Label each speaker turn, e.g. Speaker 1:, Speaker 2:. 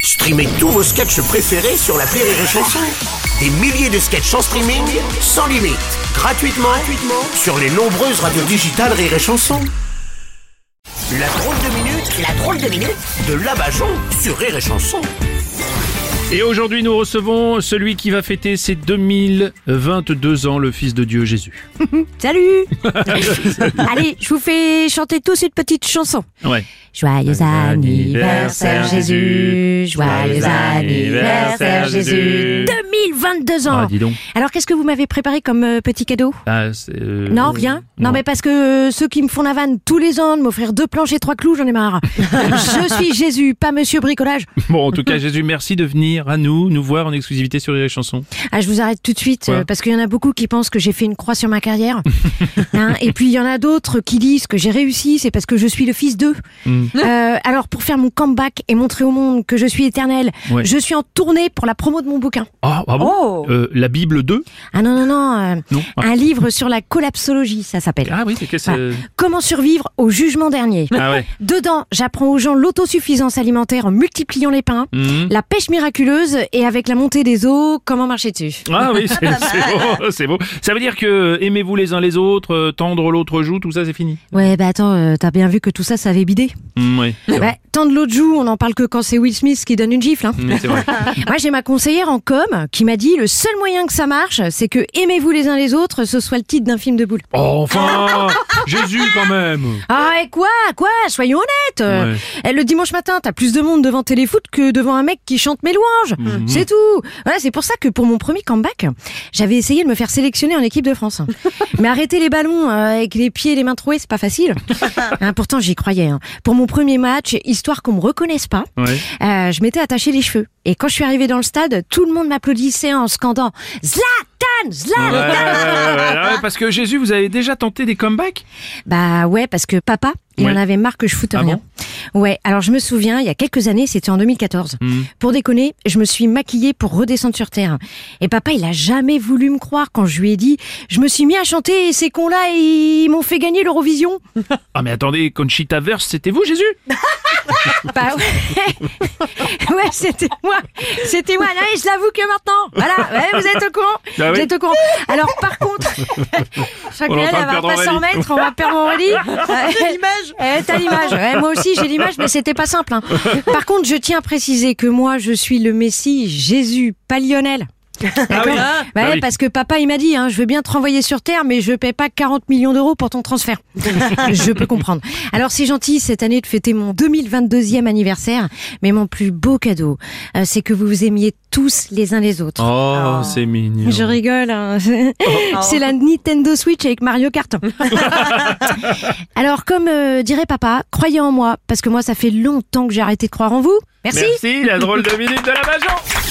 Speaker 1: Streamez tous vos sketchs préférés sur la Rire et Chanson. Des milliers de sketchs en streaming, sans limite, gratuitement, gratuitement sur les nombreuses radios digitales Rire et Chanson. La drôle de minute, la drôle de minute de Labajon sur Rire et Chanson.
Speaker 2: Et aujourd'hui, nous recevons celui qui va fêter ses 2022 ans, le Fils de Dieu Jésus.
Speaker 3: Salut Allez, je vous fais chanter tous une petite chanson.
Speaker 2: Ouais.
Speaker 3: Joyeux anniversaire Jésus, joyeux anniversaire Jésus, 2022 ans
Speaker 2: Ah, dis donc.
Speaker 3: Alors qu'est-ce que vous m'avez préparé comme euh, petit cadeau
Speaker 2: Ah, c'est, euh,
Speaker 3: non, rien. Non, mais parce que euh, ceux qui me font la vanne tous les ans de m'offrir deux planches et trois clous, j'en ai marre. je suis Jésus, pas Monsieur Bricolage.
Speaker 2: Bon, en tout cas, Jésus, merci de venir à nous, nous voir en exclusivité sur les chansons.
Speaker 3: Ah, je vous arrête tout de suite
Speaker 2: Ouais.
Speaker 3: euh, parce qu'il y en a beaucoup qui pensent que j'ai fait une croix sur ma carrière. Hein, et puis il y en a d'autres qui disent que j'ai réussi, c'est parce que je suis le fils d'eux.
Speaker 2: Mm.
Speaker 3: Euh, alors pour faire mon comeback et montrer au monde que je suis éternel,
Speaker 2: Ouais.
Speaker 3: je suis en tournée pour la promo de mon bouquin.
Speaker 2: Ah, ah bon
Speaker 3: Oh.
Speaker 2: Euh, La Bible 2
Speaker 3: Ah non, non, non, euh,
Speaker 2: Non Ah,
Speaker 3: un livre sur la collapsologie, ça s'appelle.
Speaker 2: ah oui, c'est que c'est...
Speaker 3: Comment survivre au jugement dernier
Speaker 2: Ah ouais.
Speaker 3: Dedans, j'apprends aux gens l'autosuffisance alimentaire en multipliant les pains,
Speaker 2: Mhm.
Speaker 3: la pêche miraculeuse et avec la montée des eaux, comment marcher dessus.
Speaker 2: Ah oui, c'est, c'est beau, c'est beau. Ça veut dire que euh, aimez-vous les uns les autres, euh, tendre l'autre joue, tout ça, c'est fini.
Speaker 3: Ouais, bah attends, euh, t'as bien vu que tout ça, ça avait bidé.
Speaker 2: Mm, oui. c'est vrai.
Speaker 3: Ouais, tant de l'autre joue, on en parle que quand c'est Will Smith qui donne une gifle. Hein.
Speaker 2: Mm, c'est vrai.
Speaker 3: Moi, j'ai ma conseillère en com qui m'a dit le seul moyen que ça marche, c'est que aimez-vous les uns les autres, ce soit le titre d'un film de boule.
Speaker 2: Oh, enfin Jésus, quand même
Speaker 3: Ah et quoi, quoi, soyons honnêtes. euh, eh, Le dimanche matin, t'as plus de monde devant téléfoot que devant un mec qui chante mes louanges. C'est tout. Voilà, c'est pour ça que pour mon premier comeback, j'avais essayé de me faire sélectionner en équipe de France. Mais arrêter les ballons euh, avec les pieds et les mains trouées, c'est pas facile. Hein, pourtant, j'y croyais. hein. Pour mon premier match, histoire qu'on me reconnaisse pas.
Speaker 2: Ouais.
Speaker 3: Euh, je m'étais attaché les cheveux. Et quand je suis arrivée dans le stade, tout le monde m'applaudissait en scandant Zlatan
Speaker 2: Ouais, ouais,
Speaker 3: Zlatan
Speaker 2: ouais, ouais, Ah ouais, parce que Jésus, vous avez déjà tenté des comebacks
Speaker 3: Bah ouais, parce que papa, il
Speaker 2: Ouais.
Speaker 3: en avait marre que je foute
Speaker 2: Ah
Speaker 3: rien. ouais, alors je me souviens, il y a quelques années, c'était en 2014.
Speaker 2: Hmm.
Speaker 3: Pour déconner, je me suis maquillée pour redescendre sur terre. Et papa, il a jamais voulu me croire quand je lui ai dit Je me suis mis à chanter et ces cons-là, ils m'ont fait gagner l'Eurovision.
Speaker 2: Ah mais attendez, Conchita Verse, c'était vous Jésus
Speaker 3: Bah ouais, ouais c'était moi, c'était moi. Non, et je l'avoue que maintenant, voilà, ouais, vous êtes au courant,
Speaker 2: Ah oui.
Speaker 3: vous êtes au courant. Alors par contre,
Speaker 2: On
Speaker 3: chacun
Speaker 2: est en
Speaker 3: elle
Speaker 2: train de
Speaker 3: va
Speaker 2: perdre
Speaker 3: pas s'en
Speaker 2: Aurélie.
Speaker 3: remettre, on va perdre mon Aurélie. T'as l'image. T'as l'image. Ouais, moi aussi j'ai l'image, mais c'était pas simple. hein. Par contre, je tiens à préciser que moi je suis le Messie, Jésus, pas Lionel.
Speaker 2: Ah oui.
Speaker 3: Bah
Speaker 2: Ah
Speaker 3: ouais,
Speaker 2: oui.
Speaker 3: parce que papa il m'a dit, hein, je veux bien te renvoyer sur terre, mais je paie pas 40 millions d'euros pour ton transfert. je peux comprendre. Alors c'est gentil cette année de fêter mon 2022e anniversaire, mais mon plus beau cadeau, euh, c'est que vous vous aimiez tous les uns les autres.
Speaker 2: Oh, c'est mignon.
Speaker 3: Je rigole, hein. c'est la Nintendo Switch avec Mario Kart. Alors comme euh, dirait papa, croyez en moi, parce que moi ça fait longtemps que j'ai arrêté de croire en vous.
Speaker 2: Merci la drôle de minute de la Bajon